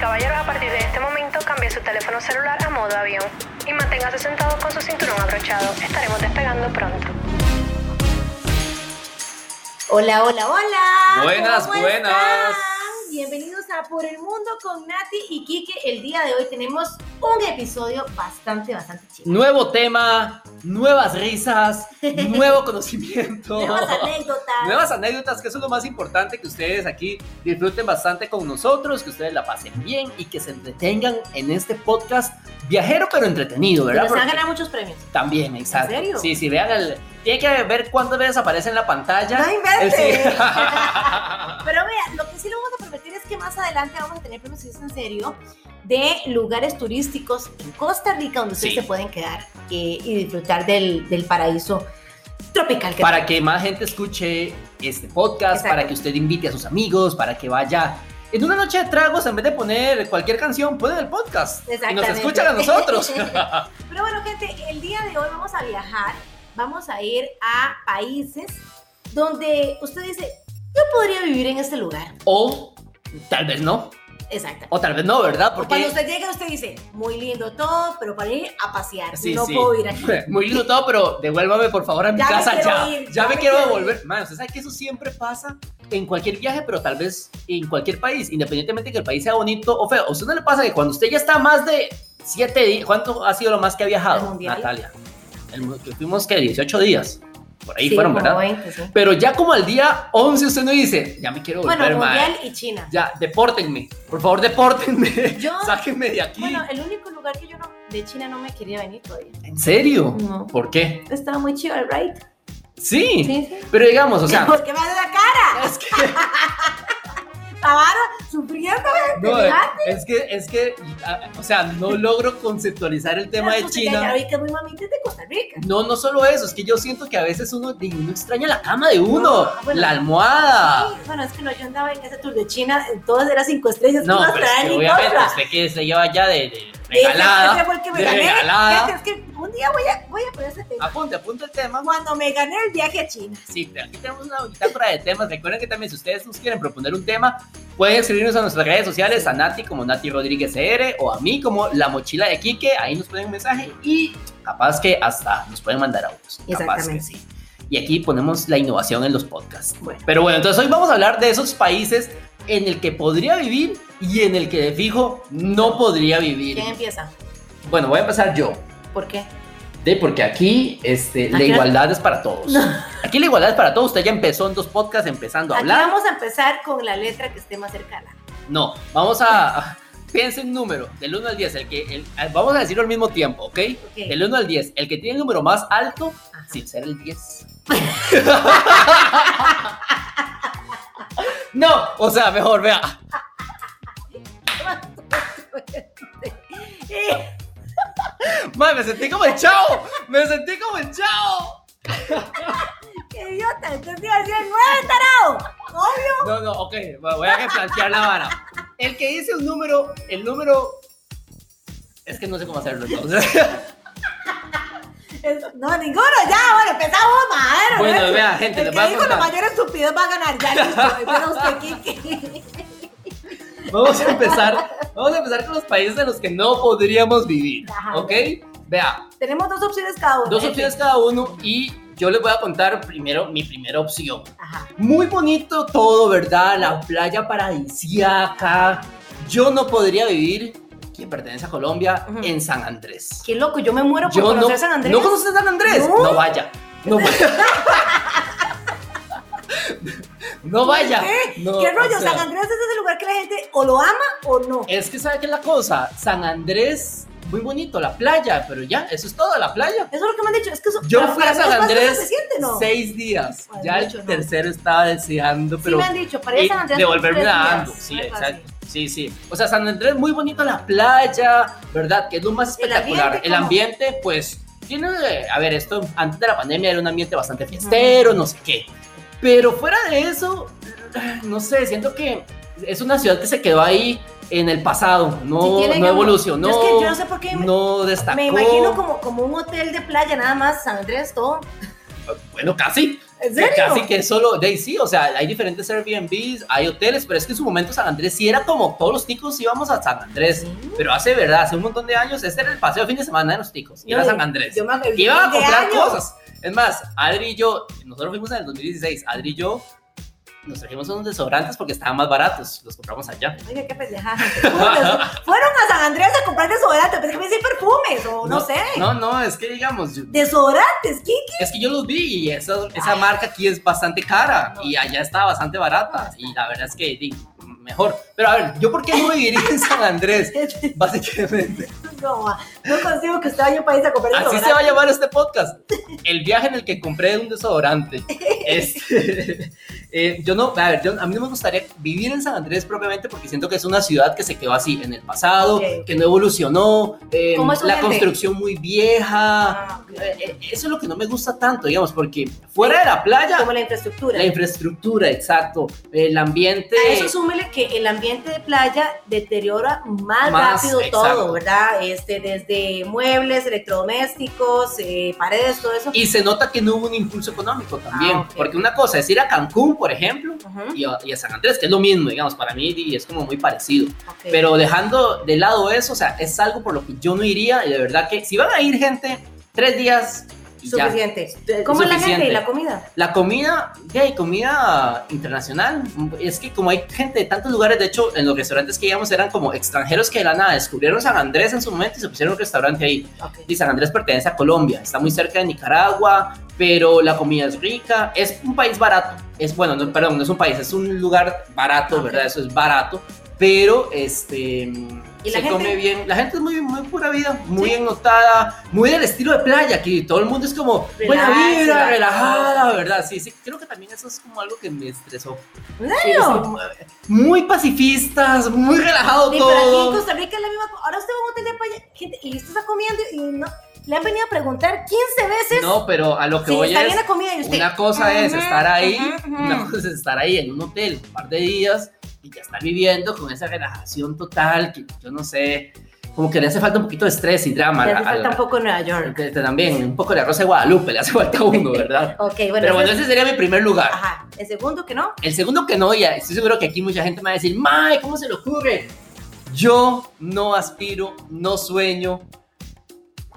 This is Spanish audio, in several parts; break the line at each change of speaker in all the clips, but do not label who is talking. caballeros, a partir de este momento cambie su teléfono celular a modo avión y manténgase sentado con su cinturón abrochado. Estaremos despegando pronto.
Hola, hola, hola.
Buenas,
¿Cómo
buenas.
están? Bienvenidos a Por el Mundo con Nati y Kike. El día de hoy tenemos un episodio bastante, bastante chido.
Nuevo tema, nuevas risas, nuevo conocimiento.
Nuevas anécdotas.
Nuevas anécdotas, que eso es lo más importante, que ustedes aquí disfruten bastante con nosotros, que ustedes la pasen bien y que se entretengan en este podcast viajero pero entretenido,
Pero
¿verdad?
se van a
Porque-
ganar muchos premios.
También, exacto.
serio?
Sí, sí, vean el... Tienen que ver cuántas veces aparece en la pantalla.
No inventes.
El-
Pero vean, lo que sí le vamos a prometer es que más adelante vamos a tener premios, si es en serio, de lugares turísticos en Costa Rica donde ustedes
Sí.
se pueden quedar eh, y disfrutar del, del paraíso tropical que
para que más gente escuche este podcast,
Exacto.
para que usted invite a sus amigos, para que vaya en una noche de tragos, en vez de poner cualquier canción, ponen el podcast y nos
Exactamente.
escuchan a nosotros.
Pero bueno, gente, el día de hoy vamos a viajar, vamos a ir a países donde usted dice, yo podría vivir en este lugar.
o tal vez no,
Exacto.
o tal vez no, ¿verdad?
O
Porque
cuando usted llega, usted dice, muy lindo todo, pero para ir a pasear,
Sí,
no
sí.
puedo ir aquí.
muy lindo todo, pero devuélvame por favor a mi
Ya me
casa
quiero
ya.
ir,
ya me quiero devolver. Man, usted sabe que eso siempre pasa en cualquier viaje, pero tal vez en cualquier país, independientemente que el país sea bonito o feo. ¿A usted no le pasa que cuando usted ya está más de siete días, ¿cuánto ha sido lo más que ha
El
viajado,
mundial.
Natalia? El mu- que fuimos que 18 días. Por ahí
Sí,
fueron,
como
¿verdad?
20, sí.
Pero ya como al día 11 usted no dice, ya me quiero volver,
Bueno,
man.
Mundial y China.
Ya, depórtenme. Por favor, depórtenme.
Yo-
Sáquenme de aquí.
Bueno, el único lugar que yo no, de China no me quería venir todavía.
¿En serio?
No.
¿Por qué?
Estaba muy chido el ride.
Sí.
Sí, sí.
Pero digamos, o sea,
¿Por qué me hace la cara?
es que,
Estaba sufriendo.
no,
¿Te
es que, es que, ah, o sea, no logro conceptualizar el tema de
Pues, ya- Ya
China.
vi que muy mamita es de Costa Rica.
No, no solo eso, es que yo siento que a veces uno, di, uno extraña la cama de uno,
No, bueno.
la almohada.
Sí, bueno, es que no, yo andaba en ese tour de China, en todas eran cinco estrellas,
No,
no,
pero es que
ni
obviamente
otra.
usted que se lleva ya de, de
Ese- ese
regalada.
fue el que me
de
gané.
regalada.
Fíjate, Es que un día voy a, voy a poner ese tema.
Apunte, apunte el tema.
Cuando me gané el viaje a China.
Sí, te- aquí tenemos una bitácora de temas. Recuerden que también si ustedes nos quieren proponer un tema, pueden escribirnos a nuestras redes sociales, a Nati como Nati Rodríguez CR o a mí como La Mochila de Quique. Ahí nos ponen un mensaje y capaz que hasta nos pueden mandar audios. Capaz que
Exactamente.
sí. Y aquí ponemos la innovación en los podcasts.
Bueno.
Pero bueno, entonces hoy vamos a hablar de esos países en el que podría vivir y en el que de fijo no podría vivir.
¿Quién empieza?
Bueno, voy a empezar yo.
¿Por qué?
De porque aquí este, la
Aquí-
igualdad es para todos. Aquí la igualdad es para todos. Usted ya empezó en dos podcasts empezando a
Aquí
hablar.
vamos a empezar con la letra que esté más cercana.
No, vamos a. a- Piense un número, del 1 al 10. El que, el- a- vamos a decirlo al mismo tiempo, ¿ok?
Ok.
Del 1 al 10. El que tiene el número más alto,
Ajá.
sin ser el 10. no, o sea, mejor, vea.
Eh,
Madre, me sentí como el chavo. Me sentí como el chavo.
¡Qué idiota! Entonces iba a decir el nueve, tarado. Obvio.
No, no, ok. bueno, Voy a replantear la vara. El que dice un número, el número. Es que no sé cómo hacerlo entonces.
Es- No, ninguno. Ya, bueno, empezamos, madre.
Bueno,
¿ves?
vea, gente,
El
les
que
voy a
dijo la
contar.
mayor estupidez va a ganar. Ya, listo. Empieza usted, Kike.
Vamos a empezar, vamos a empezar con los países en los que no podríamos vivir,
Ajá.
¿ok? Vea,
Tenemos dos opciones cada uno.
dos
¿eh?
opciones cada uno y yo les voy a contar primero mi primera opción.
Ajá.
Muy bonito todo, ¿verdad? La playa paradisiaca. Yo no podría vivir, quien pertenece a Colombia,
Ujú.
en San Andrés.
Qué loco, yo me muero por
Yo no,
conocer San Andrés.
¿No conoces San Andrés?
No.
No vaya. No vaya. No vaya.
¿Qué?
No,
¿Qué rollo?
o sea,
San Andrés es ese lugar que la gente o lo ama o no.
Es que sabe qué es la cosa, San Andrés, muy bonito, la playa, pero ya, eso es todo, la playa.
Eso es lo que me han dicho. Es que eso,
Yo
para-
fui a
para mí
San
es más
Andrés
suficiente, ¿no? Sí
seis días,
Bueno,
ya
mucho
el
no.
tercero estaba deseando, pero eh,
me han dicho, para ir a San Andrés. son
devolverme
tres
nadando,
días,
sí,
algo así.
exacto. Sí, sí. O sea, San Andrés, muy bonito la playa, ¿verdad? Que es lo más
El
espectacular.
ambiente,
El
¿cómo?
ambiente, pues, tiene, a ver, esto antes de la pandemia era un ambiente bastante fiestero, no sé qué. Pero fuera de eso, no sé, siento que es una ciudad que se quedó ahí en el pasado,
Sí,
no,
tienen
no
como-
evolucionó,
Es que yo no sé por qué. me-
no destacó.
me imagino como, como un hotel de playa, nada más, San Andrés, todo.
Bueno, casi.
¿En serio?
Casi que solo de ahí sí, o sea, hay diferentes Airbnbs, hay hoteles, pero es que en su momento San Andrés sí era como todos los ticos íbamos a San Andrés.
Mm.
Pero hace verdad, hace un montón de años, este era el paseo de fin de semana de los ticos, y era
Yo-
San Andrés.
Yo me acuerdo.
Y iban a
de
comprar
años.
cosas. Es más, Adri y yo, nosotros fuimos en el 2016, Adri y yo nos trajimos unos desobrantes porque estaban más baratos, los compramos allá.
Oye, qué pendejada. Fueron- Fueron a San Andrés a comprar desodorante. Pensé que me decían perfumes o no, sé.
No, no, es que digamos, yo-
Desodorantes, Kiki.
es que yo los vi y esa, esa marca aquí es bastante cara
No.
y allá está bastante barata y la verdad es que di, mejor. Pero a ver, ¿yo por qué no viviría en San Andrés? Básicamente,
No, ma, no consigo que usted vaya a un país a comprar
así
desodorante.
se va a llamar este podcast. El viaje en el que compré un desodorante. Este, eh, yo no, a ver, yo- a mí no me gustaría vivir en San Andrés propiamente porque siento que es una ciudad que se quedó así en el pasado,
Ok, ok.
que no evolucionó, eh,
¿Cómo es su
la
gente?
construcción muy vieja.
Ah, ok.
Eh, eh, Eso es lo que no me gusta tanto, digamos, porque fuera de la playa,
Como la infraestructura.
la infraestructura, exacto, el ambiente.
A eso súmele que el ambiente de playa deteriora más,
Más,
rápido
exacto.
todo, ¿verdad? Este, desde muebles, electrodomésticos, eh, paredes, todo eso.
Y se nota que no hubo un impulso económico también,
Ah, ok.
porque una cosa es ir a Cancún, por ejemplo,
Ujú,
y a, y a San Andrés, que es lo mismo, digamos, para mí y es como muy parecido.
ok.
Pero dejando de lado eso, o sea, es algo por lo que yo no iría, y de verdad que si van a ir gente, tres días y ya.
suficiente.
Te-
¿Cómo es la gente y
suficiente.
la comida?
La comida, hay comida internacional. Es que como hay gente de tantos lugares, de hecho, en los restaurantes que íbamos eran como extranjeros que de la nada descubrieron San Andrés en su momento y se pusieron un restaurante ahí.
Ok.
Y San Andrés pertenece a Colombia, está muy cerca de Nicaragua, pero la comida es rica. Es un país barato. Es bueno, no, perdón, no es un país, es un lugar barato,
Ok.
¿verdad? Eso es barato, pero este.
¿Y la
se
gente?
come bien, la gente es muy, muy pura vida, muy ennotada, muy del estilo de playa, que todo el mundo es como, buena
Relax,
vida,
relax.
relajada, ¿verdad? Sí, sí, creo que también eso es como algo que me estresó.
¿En
Sí,
serio?
es como, eh, muy pacifistas, muy relajado
Sí, pero aquí en
todo.
Costa Rica es la misma co- Ahora usted va a un hotel de playa gente, y usted está comiendo y no, le han venido a preguntar 15 veces
No, pero a lo que
si
voy
está
es,
bien la comida y usted.
una cosa es
Ujú,
estar ahí,
ujú, ujú.
una cosa es estar ahí en un hotel un par de días y ya estar viviendo con esa relajación total, que yo no sé, como que le hace falta un poquito de estrés y drama.
Le
a-
hace
a-
falta un poco en Nueva York.
que- que este También, un poco de arroz de Guadalupe, le hace falta a uno, ¿verdad?
Ok, bueno. pues
Pero bueno,
ese es-
ese sería mi primer lugar.
Ajá. El segundo que no.
El segundo que no, y estoy seguro que aquí mucha gente me va a decir, Mae, ¿cómo se le ocurre? Yo no aspiro, no sueño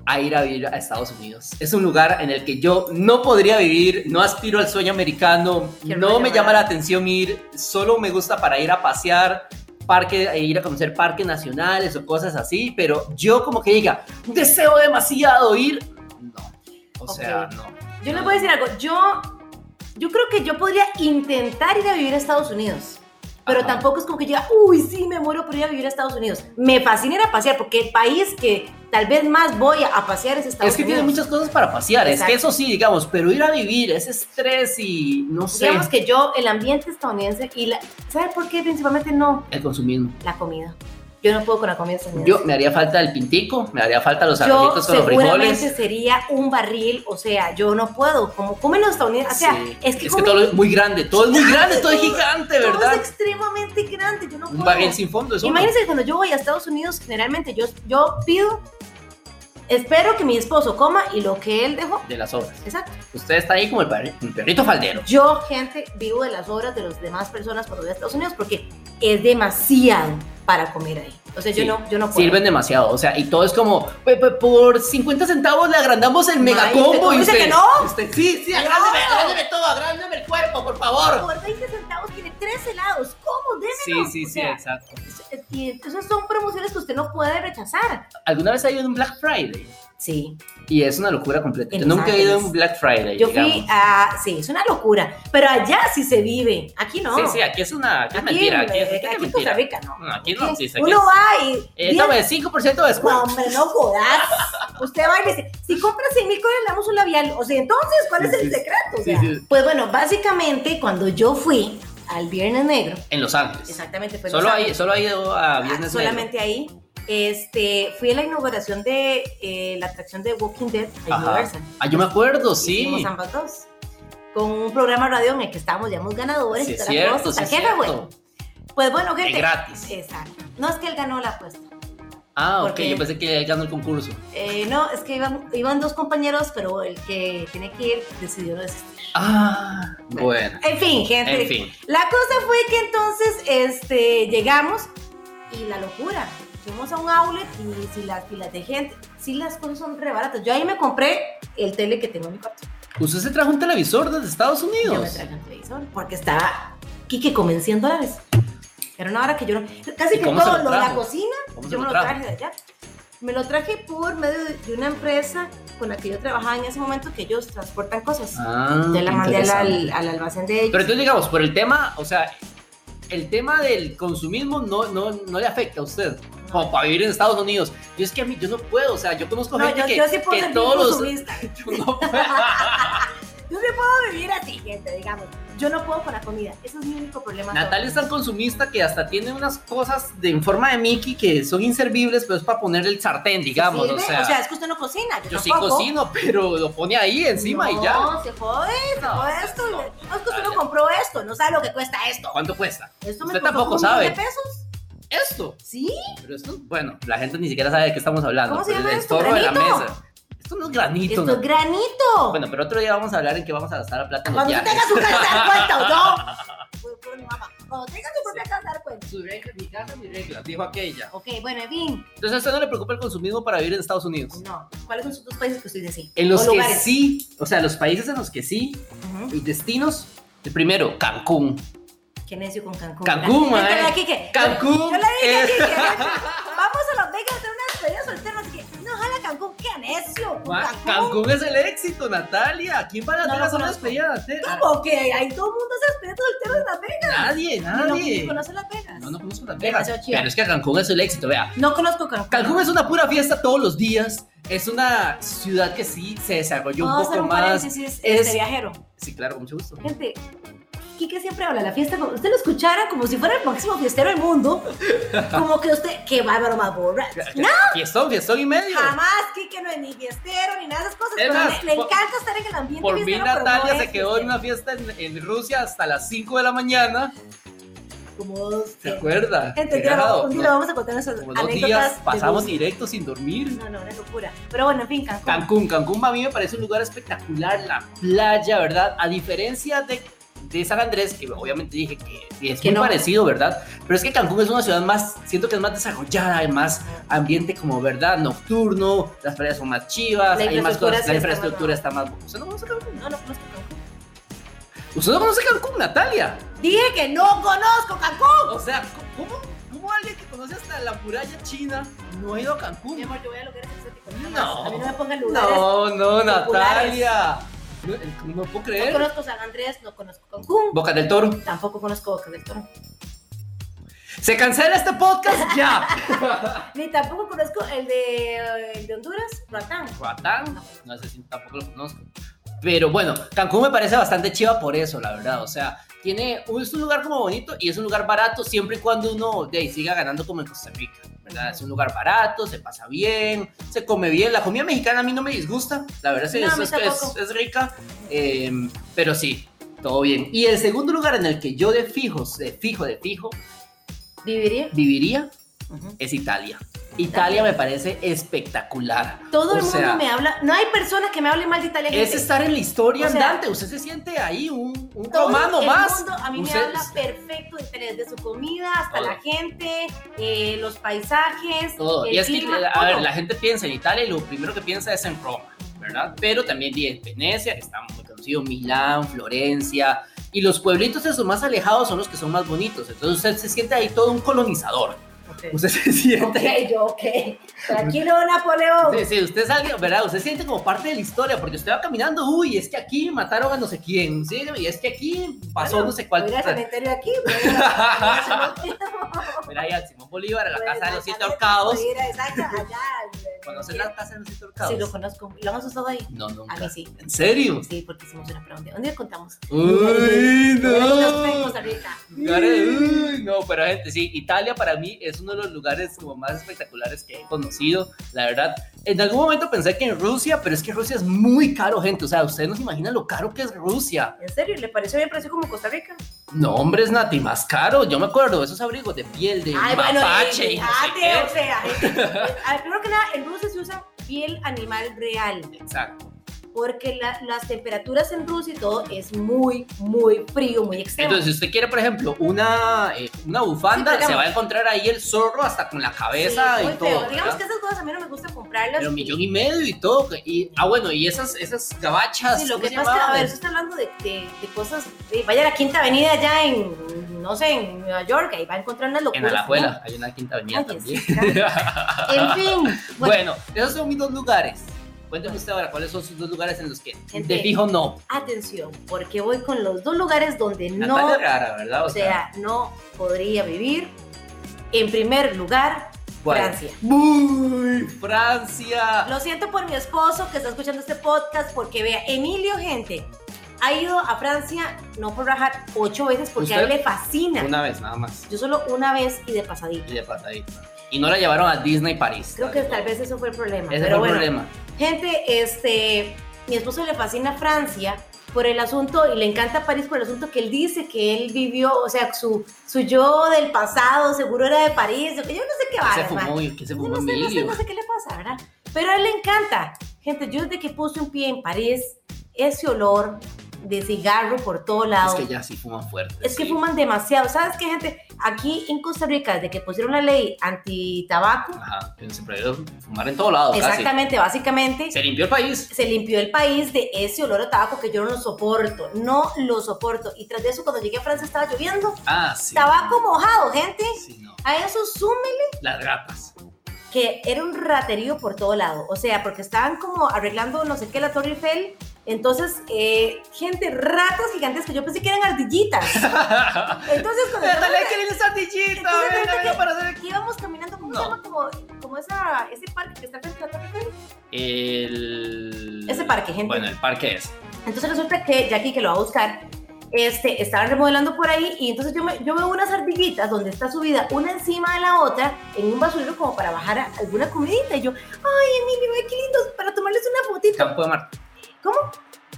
a ir a vivir a Estados Unidos. Es un lugar en el que yo no podría vivir, no aspiro al sueño americano,
Qué
no
rollo,
me llama
¿verdad?
la atención ir, solo me gusta para ir a pasear, parque, e ir a conocer parques nacionales o cosas así, pero yo como que diga, deseo demasiado ir, no. O
Ok.
sea, no.
Yo les voy a decir algo. Yo, yo creo que yo podría intentar ir a vivir a Estados Unidos. Pero
Ajá.
tampoco es como que diga, uy, sí, me muero por ir a vivir a Estados Unidos. Me fascina ir a pasear porque el país que tal vez más voy a, a pasear es Estados
Es que
Unidos.
tiene muchas cosas para pasear, es
Exacto.
que eso sí, digamos, pero ir a vivir ese estrés y no sé,
Digamos que yo, el ambiente estadounidense y la. ¿Sabes por qué principalmente no?
el consumismo.
La comida. Yo no puedo con la comida estadounidense.
Yo me haría falta el pintico, me haría falta los
Yo
arrojitos con los
seguramente
frijoles.
sería un barril, o sea, yo no puedo. Como comen los estadounidenses, o sea,
Sí.
es que,
es que
comen-
todo es muy grande, todo es muy grande, todo es
Todo-
gigante,
todo es
¿verdad?
extremadamente grande. Yo no
Un
puedo.
barril sin fondo, eso.
Imagínense que cuando yo voy a Estados Unidos, generalmente yo, yo pido, espero que mi esposo coma y lo que él dejó.
De las obras.
Exacto.
Usted está ahí como el, perri- el perrito faldero.
Yo, gente, vivo de las obras de las demás personas cuando voy a Estados Unidos porque es demasiado para comer ahí. O sea, yo,
Sí.
no, yo no puedo.
Sirven demasiado, o sea, y todo es como, "Pe- pe- por 50 centavos le agrandamos el
Ay,
mega combo.
¿usted
Y
dice
usted,
que no?
usted, sí, sí,
No.
agrándeme, agrándeme todo, agrándeme el cuerpo, por favor.
Por 20 centavos tiene tres helados. ¿Cómo?
Sí,
Démelo.
sí,
O
sí,
sea,
exacto.
es- Y entonces son promociones que usted no puede rechazar.
¿Alguna vez ha ido a un Black Friday?
Sí.
Y es una locura completa.
En
Yo
Los
nunca he ido a un
Ángeles.
Black Friday.
Yo fui
digamos.
a. Sí, es una locura. Pero allá sí se vive. Aquí no.
Sí, sí, aquí es una. Aquí, es mentira. Aquí, es-
eh,
aquí es
aquí en
mentira.
Costa Rica no.
No, aquí no existe. Aquí
Uno
es-
va y.
eh, dame 5% de
No,
descuento.
hombre, no jodas. Usted va y dice, si compras 100 mil colones, le damos un labial. O sea, entonces, ¿cuál
Sí,
es el
sí, sí.
secreto? O
Sí,
sea,
sí.
Pues bueno, básicamente, cuando yo fui al Viernes Negro,
En Los Ángeles.
exactamente pues, fue en
Solo
Los
hay,
Ángeles,
solo ha ido a
ah,
Viernes Negro.
solamente ahí, este, fui a la inauguración de eh, la atracción de Walking Dead en
Ajá.
Universal.
Ah, yo me acuerdo, sí.
Hicimos ambas dos. Con un programa de radio en el que estábamos, digamos, ganadores.
Sí,
y
es
toda la
cierto,
cosa.
sí, es
¿Qué era, güey?
cierto.
Pues bueno,
Es
gente.
gratis.
Exacto. No es que él ganó la apuesta.
Ah, ok,
Porque-
yo pensé que ganó el concurso.
Eh, no, es que iban, iban dos compañeros, pero el que tiene que ir decidió no desistir.
Ah, bueno.
En fin, gente.
En fin.
La cosa fue que entonces este, llegamos y la locura. Fuimos a un outlet y si las pilas de gente, sí las cosas son re baratas. Yo ahí me compré el tele que tengo en mi cuarto.
¿Usted se trajo un televisor desde Estados
Yo me
Unidos?
traje un televisor porque estaba Kike como en 100 dólares. Era una hora que yo no. Casi
¿Y
que
cómo se
todo
lo
lo de la
trajo?
cocina.
¿Cómo se
Yo me
lo
lo
trajo?
traje de allá. Me lo traje por medio de- de una empresa con la que yo trabajaba en ese momento que ellos transportan cosas.
Ah,
Entonces la mandé al,
interesante.
al- al almacén de ellos.
Pero entonces digamos, por el tema, o sea, el tema del consumismo no, no, no le afecta a usted. Como para vivir en Estados Unidos. Yo es que a mí yo no puedo, o sea, yo conozco
no,
gente
yo,
que,
yo sí puedo
que
ser bien
todos los.
consumista.
yo no puedo.
Yo sí puedo vivir así, gente, digamos. Yo no puedo con la comida. Ese es mi único problema.
Natalia es tan consumista que hasta tiene unas cosas de en forma de Mickey que son inservibles, pero es para ponerle el sartén, digamos.
¿Sirve?
O sea,
es que usted no cocina. Yo,
yo sí
tampoco.
cocino, pero lo pone ahí encima
no,
y ya.
se jode, se
No,
jode esto.
no,
No, es que usted no compró esto, no sabe lo que cuesta esto.
¿Cuánto cuesta?
Esto
Usted
costó como
tampoco
un millón
sabe.
de pesos?
Esto.
¿Sí?
Pero esto, bueno, la gente ni siquiera sabe de qué estamos hablando.
¿Cómo se
pero
llama
el
esto?
estorbo de la
¿Granito?
mesa. Esto no es granito.
Esto
¿no?
es granito.
Bueno, pero otro día vamos a hablar en que vamos a gastar la plata en los
Cuando usted
viajes.
tenga su casa, dar cuenta, ¿o no? Fue- fue mi mamá. Cuando tenga su propia casa, dar cuenta.
Su regla, mi casa, mi regla, dijo aquella.
Ok, bueno, en fin.
Entonces a usted no le preocupa el consumismo para vivir en Estados Unidos.
No. ¿Cuáles son sus dos países que usted dice sí?
En los
O
que
lugares.
sí, o sea, los países en los que sí,
Ujú.
y destinos. El primero, Cancún.
¿Qué necio con Cancún?
Cancún,
Yo te
mae.
la Kike.
Cancún
Yo le dije a
es-
Kike, vamos a Las Vegas a hacer una despedida soltera. Así que, no, jala Cancún, qué necio. con
Ma,
Cancún.
Cancún es el éxito, Natalia. ¿A ¿Quién va a
No
hacer
lo
las
conozco. Ah,
horas despedidas? eh? A-
¿Cómo que ahí todo el mundo se despide soltero en Las Vegas?
Nadie,
No,
nadie.
ni conoce Las Vegas.
No, no conozco Las Vegas.
Demasiado chido.
Pero es que Cancún es el éxito, vea.
No conozco Cancún.
Cancún es una pura fiesta todos los días. Es una ciudad que sí se desarrolló un
Vamos a hacer
poco
un
más.
paréntesis
es-
este viajero.
Sí, claro, con mucho gusto.
Gente, Kike siempre habla de la fiesta como. Usted lo escuchara como si fuera el máximo fiestero del mundo. Como que usted. ¡Qué bárbaro más borracho! ¡No!
Fiestón, fiestón y medio.
Jamás, Kike no es ni fiestero ni nada de esas cosas.
Es
pero
más,
le, le
por-
encanta estar en el ambiente
Por mí
fiestero. pero no
Natalia
es
se quedó en
fiestero.
una fiesta en, en Rusia hasta las 5 de la mañana.
Como dos.
¿Se acuerda?
Gente,
Qué
claro,
raro.
un día
Nos-
vamos a contar nuestras
Como dos
anécdotas.
días
de
pasamos
bus.
directo sin dormir.
No, no, una locura. Pero bueno, en fin, Cancún.
Cancún, Cancún a mí me parece un lugar espectacular, la playa, ¿verdad? A diferencia de, de San Andrés, que obviamente dije que es
Que
muy
no.
parecido, ¿verdad? Pero es que Cancún es una ciudad más, siento que es más desarrollada, hay más ambiente como, ¿verdad? Nocturno, las playas son más chivas,
La
hay más
infraestructura
cosas,
sí
la
está
infraestructura
más-
está más... ¿Usted no conoce Cancún?
No, no conozco Cancún.
¿Usted no conoce Cancún, Natalia?
Dije que no conozco Cancún.
O sea, ¿cómo, cómo alguien que conoce hasta la muralla china no ha ido a
Mi
Cancún?
amor, yo voy a lograr exóticos. nada
No.
más. A mí no me pongan lugares.
No, no,
populares.
Natalia. No, no puedo
No
creer.
conozco San Andrés, no conozco Cancún.
Boca del Toro.
Tampoco conozco Boca del Toro.
Se cancela este podcast ya.
Ni tampoco conozco el de, eh, el de Honduras, Roatán.
Roatán, no sé si tampoco lo conozco. Pero bueno, Cancún me parece bastante chiva por eso, la verdad. O sea, tiene un- es un lugar como bonito y es un lugar barato siempre y cuando uno de ahí siga ganando como en Costa Rica, ¿verdad? Es un lugar barato, se pasa bien, se come bien. La comida mexicana a mí no me disgusta, la verdad sí,
No, a mí
es, es-
tampoco.
es rica, eh, pero sí, todo bien. Y el segundo lugar en el que yo de fijos, de fijo, de fijo,
Viviría.
viviría
Ujú.
es Italia. Italia me parece espectacular.
Todo
O
el mundo
sea,
me habla. No hay persona que me hable mal de Italia.
es
gente.
estar en la historia
O sea,
andante. Usted se siente ahí un, un
Todo
romano
el
más.
mundo a mí
Usted-
me habla perfecto de- desde su comida hasta
Todo.
la gente, eh, los paisajes,
Todo.
el
Y es que, eh,
clima,
a ver,
todo.
la gente piensa en Italia y lo primero que piensa es en Roma, ¿verdad? Pero también bien, Venecia, que está muy conocido, Milán, Florencia. Y los pueblitos esos más alejados son los que son más bonitos. Entonces usted se siente ahí todo un colonizador.
Ok.
Usted se siente...
Ok, yo, ok. Tranquilo, Napoleón.
Sí, sí, usted es alguien, ¿verdad? Usted se siente como parte de la historia, porque usted va caminando, uy, es que aquí mataron a no sé quién, ¿sí? Y es que aquí pasó
Bueno,
no sé cuál.
Voy a ir al cementerio de aquí. voy a ir al cementerio.
Mira ahí al Simón Bolívar, a la
Voy
casa de los
ir a
siete
ver,
ahorcados.
voy a ir a- exacto, allá, al-
¿Conoces la casa de los siete
Sí, lo
ahorcados?
conozco. ¿Lo hemos usado ahí?
No,
A mí
nunca.
sí.
¿En serio?
Sí, porque hicimos una pregunta. ¿Dónde contamos?
Uy,
Lugares de
no.
Costa Rica.
Lugares, uy, no, pero gente, sí, Italia para mí es uno de los lugares como más espectaculares que he conocido, la verdad. En algún momento pensé que en Rusia, pero es que Rusia es muy caro, gente. O sea, ustedes no se imaginan lo caro que es Rusia.
¿En serio? ¿Le pareció bien? ¿Pareció como Costa Rica?
No, hombre, es Nati, más caro. Yo me acuerdo de esos abrigos de piel de
Ay, bueno,
mapache.
y- ah,
y no sé
dejate,
qué.
o sea, a ver, primero que nada, en Rusia se usa piel animal real,
Exacto.
porque la- las temperaturas en Rusia y todo es muy, muy frío, muy extremo.
Entonces, si usted quiere, por ejemplo, una, eh, una bufanda,
Sí, pero
se va a
digamos-
encontrar ahí el zorro hasta con la cabeza
Sí, muy
y
feo.
todo.
Digamos
¿verdad?
que esas cosas a mí no me gusta comprarlas.
Pero millón y medio y todo. que- Y, ah, bueno, y esas, esas gabachas.
Sí, lo
¿cómo
que
se
pasa es que, a
llamaban?
ver, usted está hablando de, de- de cosas, de- vaya a la Quinta Avenida allá en, no sé, en Nueva York, ahí va a encontrar unas
En
locuras.
Alajuela, hay una quinta avenida
Ay,
también.
sí, ¿no? En fin, bueno,
Bueno, esos son mis dos lugares. Cuéntame usted ahora, ¿cuáles son sus dos lugares en los que
Gente.
de fijo no?
atención, porque voy con los dos lugares donde no...
Natalia Rara, ¿verdad?
O sea, no podría vivir. En primer lugar,
¿cuál?
Francia.
¡Uy, Francia!
Lo siento por mi esposo que está escuchando este podcast porque vea, Emilio, gente, ha ido a Francia, no por rajar, ocho veces porque a él
¿Usted?
le fascina.
Una vez nada más.
Yo solo una vez y de pasadita.
Y de pasadita. Y no la llevaron a Disney París.
Creo que tal vez eso fue el problema.
Ese fue
pero
el
bueno,
problema.
gente, este, mi esposo le fascina Francia por el asunto y le encanta París por el asunto que él dice que él vivió, o sea, su, su yo del pasado seguro era de París, yo, yo no sé qué va.
Que se fumó, y- que se
Yo
fumó
no sé, no sé,
Emilio.
no sé qué le pasa, ¿verdad? Pero a él le encanta. Gente, yo desde que puse un pie en París, ese olor de cigarro por todo
Es
lado.
que ya sí fuman fuerte.
Es que
sí.
fuman demasiado. ¿Sabes qué, gente? Aquí en Costa Rica, desde que pusieron la ley anti-tabaco,
Ajá, que se prohibió fumar en todos lados. Ah, casi.
exactamente, básicamente,
Se limpió el país.
se limpió el país de ese olor a tabaco que yo no lo soporto. No lo soporto. Y tras de eso, cuando llegué a Francia estaba lloviendo.
Ah, sí.
Tabaco mojado, gente.
Sí, no.
A eso sume
Las ratas.
que era un raterío por todo lado, o sea, porque estaban como arreglando no sé qué la Torre Eiffel, entonces, eh, gente, ratas gigantescas, yo pensé que eran ardillitas, entonces cuando
Natalia, quieren esa ardillita.
Entonces,
Venga,
¿qué?
venga para hacer.
aquí íbamos caminando, ¿cómo
No.
se llama? Como, como esa, ese parque que está frente a la Torre Eiffel,
El.
ese parque, gente,
Bueno, el parque es.
entonces resulta que Jackie, que lo va a buscar, este, estaban remodelando por ahí, y entonces yo, me- yo veo unas ardillitas donde está subida una encima de la otra, en un basurero como para bajar a- alguna comidita, y yo, ay, Emilio, ay, qué lindo, para tomarles una fotito,
Campo de Marte.
¿Cómo?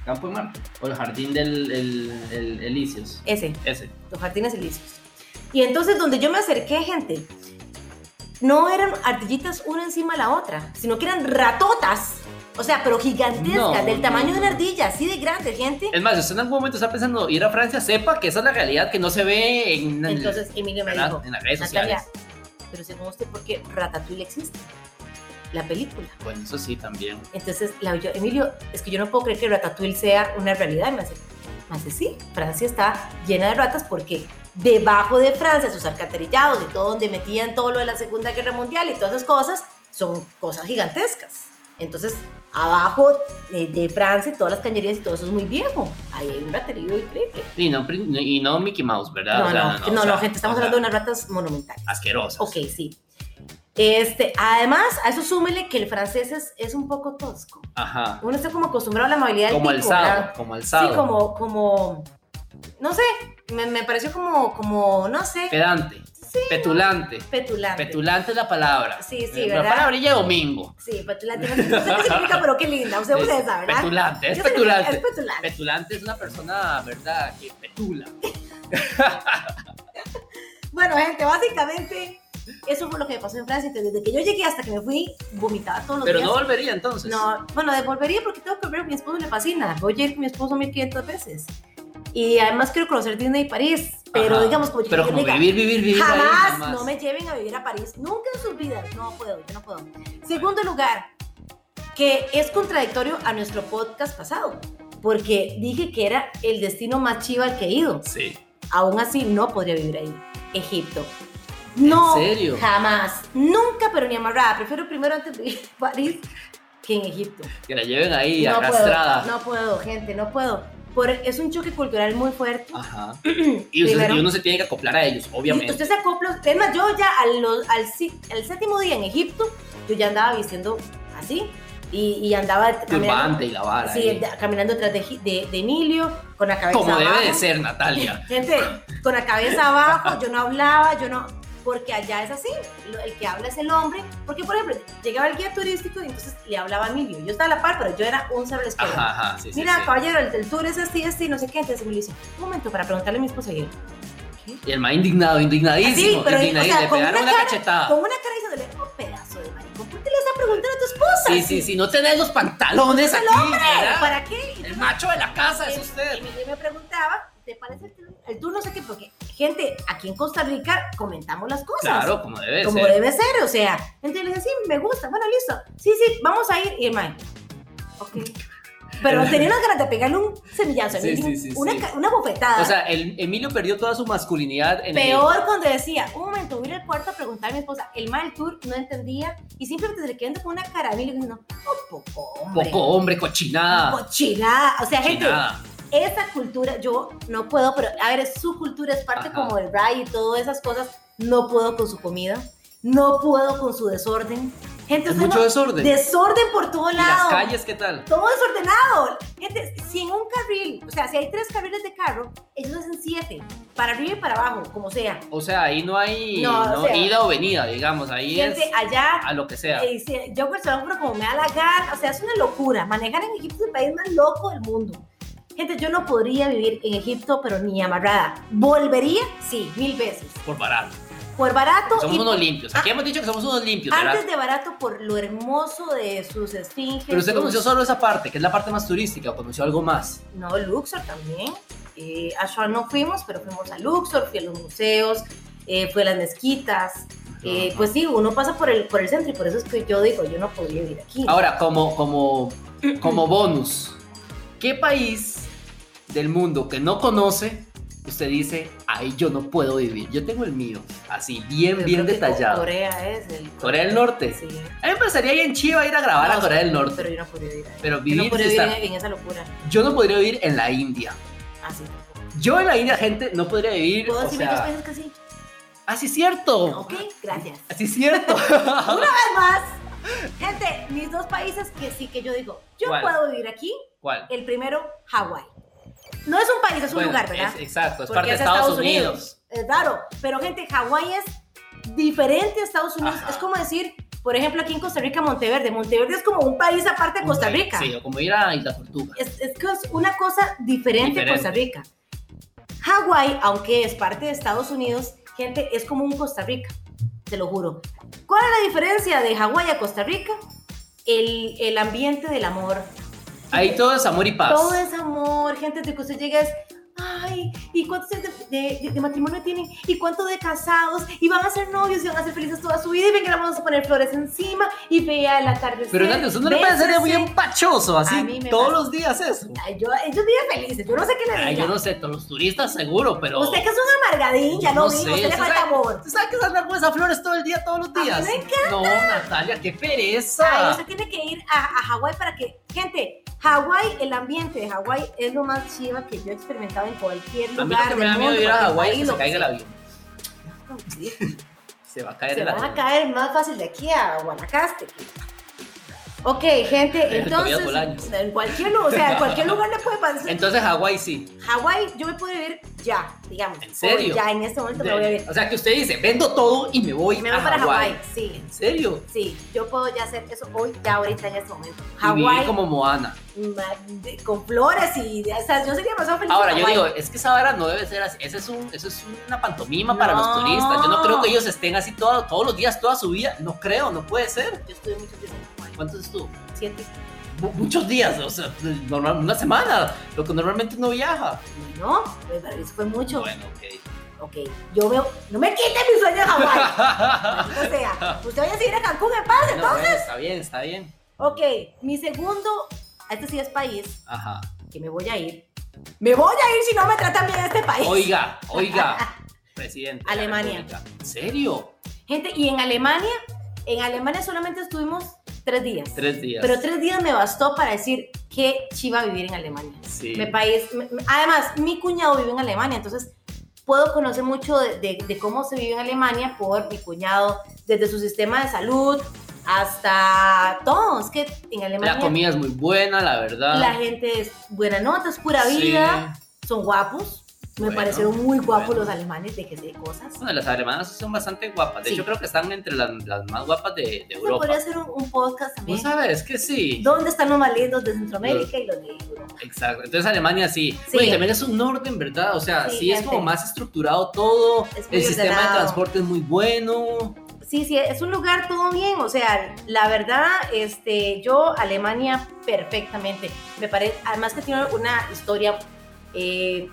Campo de Marte. O el jardín del el, el, Elíseos.
ese.
Ese.
los jardines elíseos. Y entonces donde yo me acerqué, gente, no eran ardillitas una encima de la otra, sino que eran ratotas. O sea, pero gigantescas,
No,
del tamaño
no,
de una
no.
ardilla, así de grande, gente.
Es más, si usted en algún momento está pensando ir a Francia, sepa que esa es la realidad que no se ve en, en-
Entonces Emilio me
¿verdad?
dijo,
en las redes
Natalia,
sociales.
pero según usted, ¿por qué Ratatouille existe? La película.
Bueno, eso sí, también.
Entonces, la yo, Emilio, es que yo no puedo creer que Ratatouille sea una realidad. Y me hace, me hace, sí, Francia está llena de ratas porque debajo de Francia, sus alcantarillados y todo donde metían todo lo de la Segunda Guerra Mundial y todas esas cosas, son cosas gigantescas. Entonces, abajo de, de Francia, todas las cañerías y todo eso es muy viejo. Ahí hay un raterío increíble.
Y no, prin- y no Mickey Mouse, ¿verdad?
No,
O sea,
no, no,
o
no,
sea,
gente, estamos
o sea,
hablando de unas ratas monumentales.
Asquerosas.
Ok, sí. Este, además, a eso súmele que el francés es, es un poco tosco
Ajá.
uno está como acostumbrado a la amabilidad
Como
del tipo,
alzado,
¿verdad?
como alzado.
Sí, como, como, no sé, me, me pareció como, como, no sé,
Pedante.
Sí,
Petulante.
petulante.
Petulante es la palabra.
Sí, sí,
Eh, La
¿verdad?
palabrilla de domingo.
Sí, petulante. No sé, no sé qué significa, pero qué linda, usted
Es
usa esa, ¿verdad?
Petulante, es
¿Qué significa?
petulante.
Es petulante.
Petulante es una persona, ¿verdad? Que petula.
Bueno, gente, básicamente, eso fue lo que me pasó en Francia. Entonces, desde que yo llegué hasta que me fui, vomitaba todos los
Pero
días.
no pues. volvería entonces.
No, bueno, devolvería porque tengo que ver, mi esposo le fascina. Voy a ir con mi esposo 1500 veces. Y además quiero conocer Disney y París. Pero
Ajá.
digamos, como yo
Pero
yo
como
diga,
vivir, vivir, vivir. ahí,
jamás,
jamás.
no me lleven a vivir a París, nunca en sus vidas, no puedo, yo no puedo. Segundo lugar, que es contradictorio a nuestro podcast pasado, porque dije que era el destino más chiva al que he ido,
Sí.
aún así no podría vivir ahí, Egipto. No,
¿En serio?
jamás, nunca, pero ni amarrada, prefiero primero antes de ir a París que en Egipto.
Que la lleven ahí
no
arrastrada.
puedo, no puedo, gente, no puedo. Por, es un choque cultural muy fuerte.
Ajá. Y, usted-
Primero.
y uno se tiene que acoplar a ellos,
Y
obviamente.
Usted se acopla, es más, yo ya al, al, si- al séptimo día en Egipto, yo ya andaba vistiendo así y, y andaba caminando,
Turbante y la vara.
sí,
ahí.
de- caminando detrás de, Gi- de- de Emilio, con la cabeza
Como
abajo.
debe de ser, Natalia.
Gente, con la cabeza abajo, yo no hablaba, yo no... porque allá es así, lo- el que habla es el hombre, porque por ejemplo, llegaba el guía turístico y entonces le hablaba a Emilio, yo estaba a la par, pero yo era un sabre
Ajá, ajá, sí, sí,
Mira,
sí.
caballero, el del tour es así, así, no sé qué, entonces Emilio dice, un momento para preguntarle a mi esposo y él,
Y el más indignado, indignadísimo.
Sí, pero,
indignadísimo.
o sea,
le
con
pegaron
una
una
cara-
cachetada.
con una cara diciéndole, un pedazo de maricón, ¿por qué le vas a preguntar a tu esposa?
Sí, sí, sí, no tenés los pantalones
El
aquí.
hombre,
¿verdad?
¿para qué?
El macho de la casa es
Y-
usted.
Y me, me preguntaba, ¿te parece el tour? El tour no sé qué, porque, gente, aquí en Costa Rica comentamos las cosas.
Claro, como debe
como
ser.
debe ser, o sea. Entonces le decía, sí, me gusta, bueno, listo. Sí, sí, vamos a ir. Y el mae, ok. Pero tenía unas ganas de pegarle un semillazo, a
Sí,
mí,
sí, sí,
una,
sí.
ca- una bofetada.
O sea, el, Emilio perdió toda su masculinidad en el-
Peor cuando decía, un momento, voy a ir al cuarto a preguntar a mi esposa. El mal tour no entendía y simplemente se le quedó con una cara de mil y diciendo, un poco hombre.
poco ah, hombre, cochinada.
Cochinada. O sea, gente,
Cochinada.
esa cultura, yo no puedo, pero a ver, es su cultura, es parte
Ajá.
como del Rai y todas esas cosas. No puedo con su comida, no puedo con su desorden. Gente,
Es
usted
mucho
no-
desorden.
desorden por todo
¿Y las
lado.
calles qué tal?
Todo desordenado. Gente, si en un carril, o sea, si hay tres carriles de carro, ellos hacen siete, para arriba y para abajo, como sea.
O sea, ahí no hay
No, o
no,
sea-
ida o venida, digamos. Ahí
Gente,
es Ah,
allá
a lo que sea.
Eh, sí, yo personalmente como me da la gana, o sea, es una locura. Manejar en Egipto es el país más loco del mundo. Gente, yo no podría vivir en Egipto, pero ni amarrada. Volvería, sí, mil veces.
Por barato.
Por barato
Somos
y
unos limpios. Aquí hemos dicho que somos unos limpios, ¿verdad?
antes de barato por lo hermoso de sus esfinges.
Pero usted
sus-
conoció solo esa parte, que es la parte más turística, o conoció algo más.
No, Luxor también. Eh, a Shuar no fuimos, pero fuimos a Luxor, fui a los museos, eh, fui a las mezquitas. Eh,
Ajá.
pues sí, uno pasa por el, por el centro y por eso es que yo digo, yo no podría vivir aquí.
Ahora, como, como, como bonus, ¿qué país del mundo que no conoce usted dice, ahí yo no puedo vivir? Yo tengo el mío, así, bien,
Yo
bien
creo que
detallado.
Corea es el...
Corea del Norte.
Sí.
A mí me parecería bien chiva ir a grabar a
No,
Corea del
pero-
Norte,
Pero yo no podría vivir ahí.
pero
Yo
vivir,
no podría
sí
vivir
está.
en esa locura.
yo no podría vivir en la India.
Así.
Yo en la India, gente, no podría vivir.
Puedo
O
decir muchos
sea,
países que sí.
así es cierto.
Ok, gracias.
Así es cierto.
Además, gente, mis dos países que sí que yo digo, yo
¿Cuál?
puedo vivir aquí.
¿Cuál?
El primero, Hawái. No es un país, es un
Bueno,
lugar, ¿verdad?
es- exacto, es
Porque
parte de
es
Estados,
Estados
Unidos.
Unidos. Es raro. Pero, gente, Hawái es diferente a Estados Unidos.
Ajá.
Es como decir, por ejemplo, aquí en Costa Rica, Monteverde. Monteverde es como un país aparte de Costa Rica.
Sí, o como ir a Isla Tortuga.
es, es que es una cosa diferente,
Diferente.
a Costa Rica. Hawái, aunque es parte de Estados Unidos, gente, es como un Costa Rica, te lo juro. ¿Cuál es la diferencia de Hawái a Costa Rica? El, el ambiente del amor.
Ahí todo es amor y paz.
Todo es amor, gente, de que usted llega es, ay, ¿y cuántos años de, de- de matrimonio tienen? ¿Y cuánto de casados? Y van a ser novios y van a ser felices toda su vida y ven que le vamos a poner flores encima y vea el atardecer.
Pero Nati, ¿usted no le parecería
bésese.
muy empachoso
A
así
mí me
todos
pasa.
los días eso?
Ay, eh, yo, ellos viven felices, yo no sé qué le
Ay,
diga.
yo no sé, todos los turistas seguro, pero...
Usted que es un amargadín, ya
Yo
lo
no
vi,
sé,
usted le
usted
falta
sabe-
amor.
¿Tú sabes que esas esas flores todo el día, todos los
A mí
días?
me Ah,
No, Natalia, qué
Ay,
pereza.
usted tiene que ir a, a Hawái para que. Gente, Hawái, el ambiente de Hawái es lo más chiva que yo he experimentado en cualquier
a mí
lugar.
lo que me
del
da miedo
mundo,
ir a
cualquier
Hawái es
país,
que
lo
se caiga el
sea.
avión. Se va a caer
Se
el
van a
avión.
caer más fácil de aquí a Guanacaste. que- Ok, gente,
Ay, Jacobias
entonces.
Bolaños.
En cualquier, lu- o sea, en cualquier lugar le puede pasar.
Entonces Hawái sí.
Hawái, yo me puedo vivir ya, digamos.
¿En serio?
Hoy, Ya, en este momento me voy a vivir.
O sea que usted dice, vendo todo y me voy,
Me voy
a
para
Hawái.
Hawái, sí.
¿En serio?
Sí, yo puedo ya hacer eso hoy, ya ahorita, en este momento.
Y vivir
Hawái,
como Moana.
ma- de- con flores y, o sea, yo sería demasiado feliz.
Ahora,
en
yo
Hawái.
digo, es que esa vara no debe ser así. Esa es, un, eso es una pantomima para los
No.
turistas. Yo no creo que ellos estén así todo- todos los días, toda su vida. No creo, no puede ser.
Yo estuve muchos días en Hawái,
¿Cuántos estuvo?
siete.
Mu- muchos días, o sea, normal, una semana, lo que normalmente uno viaja.
No, pues, para mí eso fue mucho.
Bueno, ok.
Ok, yo veo, no me quiten mi sueño de Hawái. o sea, usted vaya a seguir a Cancún en paz,
No,
entonces.
bueno, está bien, está bien.
Ok, mi segundo, este sí es país,
Ajá.
que me voy a ir. Me voy a ir si no me tratan bien en este país.
Oiga, oiga, presidente. de la
Alemania.
República. ¿En serio?
Gente, y en Alemania, en Alemania solamente estuvimos tres días.
Tres días.
Pero tres días me bastó para decir que chiva vivir en Alemania.
sí.
Mi país, me- me- además, mi cuñado vive en Alemania, entonces puedo conocer mucho de, de- de cómo se vive en Alemania por mi cuñado, desde su sistema de salud hasta todo. Es que en Alemania
La comida es muy buena, la verdad.
la gente es buena nota, es pura
Sí.
vida, son guapos, Me
Bueno,
parecieron muy guapos
bueno.
los alemanes de que sé cosas.
Bueno, las alemanas son bastante guapas. De
Sí.
hecho, creo que están entre las, las más guapas de, de
Eso
Europa.
podría ser un, un podcast
Vos
también.
sabes que sí.
¿Dónde están los más lindos de Centroamérica y los de Europa?
Exacto. Entonces Alemania sí.
Sí.
Bueno, y también es un orden, ¿verdad? O sea,
Sí,
sí, es
gente.
como más estructurado todo.
Es muy
El sistema de
ordenado.
transporte es muy bueno.
Sí, sí, es un lugar todo bien. O sea, la verdad, este, yo Alemania perfectamente. Me parece, además que tiene una historia eh,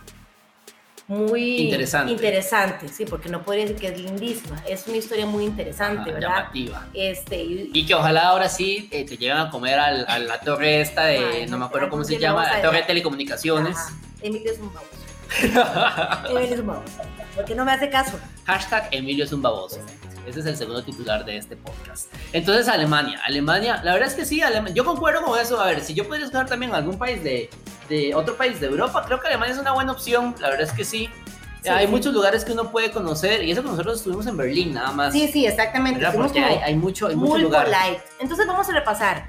muy
Interesante.
interesante, sí, porque no podría decir que es lindísima. Es una historia muy interesante,
ah,
¿verdad?
llamativa.
Este, y-
Y que ojalá ahora sí eh, te lleven a comer al- a la torre esta de,
Ay,
no
no
me
sé,
acuerdo cómo
algún
se
día
llama,
vamos
la
allá.
torre de telecomunicaciones.
Ajá, Emilio es un baboso. Emilio es un baboso. ¿Por qué no me hace caso?
Hashtag Emilio es un baboso. Ese es el segundo titular de este podcast. Entonces, Alemania. Alemania, la verdad es que sí, Alema- yo concuerdo con eso. A ver, si yo pudiera escoger también algún país de, de otro país de Europa, creo que Alemania es una buena opción. La verdad es que sí.
Sí,
hay
sí.
muchos lugares que uno puede conocer y eso que nosotros estuvimos en Berlín nada más.
Sí, sí, exactamente.
Ah. ¿verdad?
Somos
Porque
como
hay, hay mucho, hay mucho
muy
lugar.
polite. Entonces vamos a repasar.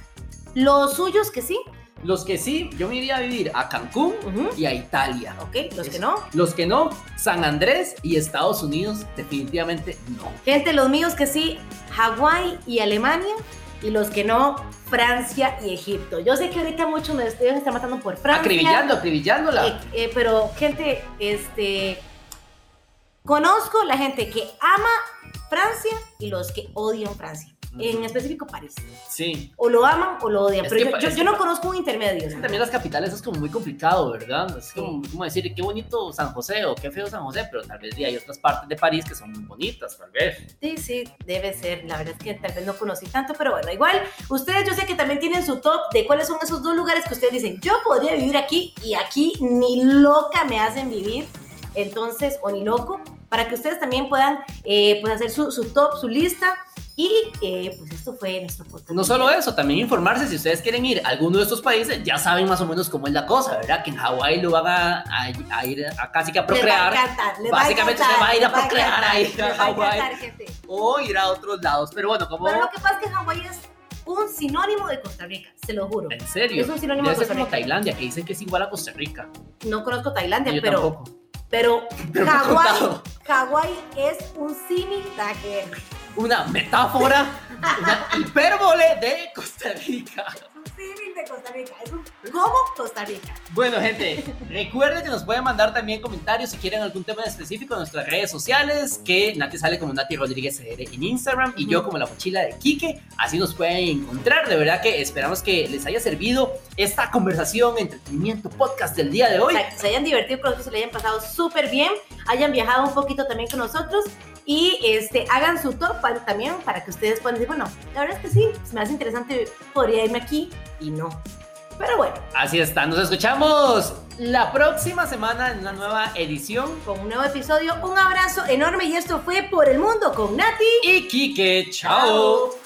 Los suyos que sí,
Los que sí, yo me iría a vivir a Cancún
ujú,
y a Italia.
ok, los
Es-
que no.
Los que no, San Andrés y Estados Unidos, definitivamente no.
Gente, los míos que sí, Hawái y Alemania. Y los que no, Francia y Egipto. Yo sé que ahorita muchos me deben estar matando por Francia.
Acribillando, acribillándola.
Eh, eh, pero, gente, este. Conozco la gente que ama Francia y los que odian Francia. En específico, París.
Sí.
O lo aman o lo odian.
Es
pero yo,
que pa-
yo-
es
yo
que
no conozco un intermedio. ¿no?
También las capitales es como muy complicado, ¿verdad? Es como, como decir, qué bonito San José o qué feo San José, pero tal vez hay otras partes de París que son muy bonitas, tal vez.
Sí, sí, debe ser. La verdad es que tal vez no conocí tanto, pero bueno, igual ustedes yo sé que también tienen su top de cuáles son esos dos lugares que ustedes dicen, yo podría vivir aquí y aquí ni loca me hacen vivir, entonces, o ni loco, para que ustedes también puedan eh, pues hacer su, su top, su lista. Y eh, pues esto fue nuestro podcast.
No solo eh, eso, también informarse si ustedes quieren ir a alguno de estos países, ya saben más o menos cómo es la cosa, ¿verdad? Que en Hawái lo van a, a- a ir a casi que a
Les va a
procrear.
encantar, les
Básicamente usted va a ir a
les
procrear
encantar,
ahí
les
a
va a
Hawái.
encantar, gente.
o ir a otros lados. Pero bueno, como...
Pero lo que pasa es que Hawái es un sinónimo de Costa Rica, se lo juro.
En serio.
Es un sinónimo
Debe
de
ser
Costa
como
Rica.
Tailandia, que dicen que es igual a Costa Rica.
No conozco Tailandia,
Yo
pero...
tampoco.
Pero
Pero me han
Hawái
contado.
Hawái es un símil nada que ver.
Una metáfora, una hipérbole de Costa Rica.
Es un símil de Costa Rica. Es un como Costa Rica.
Bueno, gente, recuerden que nos pueden mandar también comentarios si quieren algún tema en específico en nuestras redes sociales, que Nati sale como Nati Rodríguez CR en Instagram y yo como la mochila de Quique, así nos pueden encontrar. De verdad que esperamos que les haya servido esta conversación, entretenimiento, podcast del día de
O
hoy.
sea, que se hayan divertido, pero que se le hayan pasado súper bien, hayan viajado un poquito también con nosotros y este, hagan su top para- también para que ustedes puedan decir, bueno, la verdad es que sí, se me hace interesante, podría irme aquí y no. Pero bueno,
Así está, nos escuchamos la próxima semana en una nueva edición.
con un nuevo episodio, un abrazo enorme y esto fue Por el Mundo con Nati.
Y Quique, chao.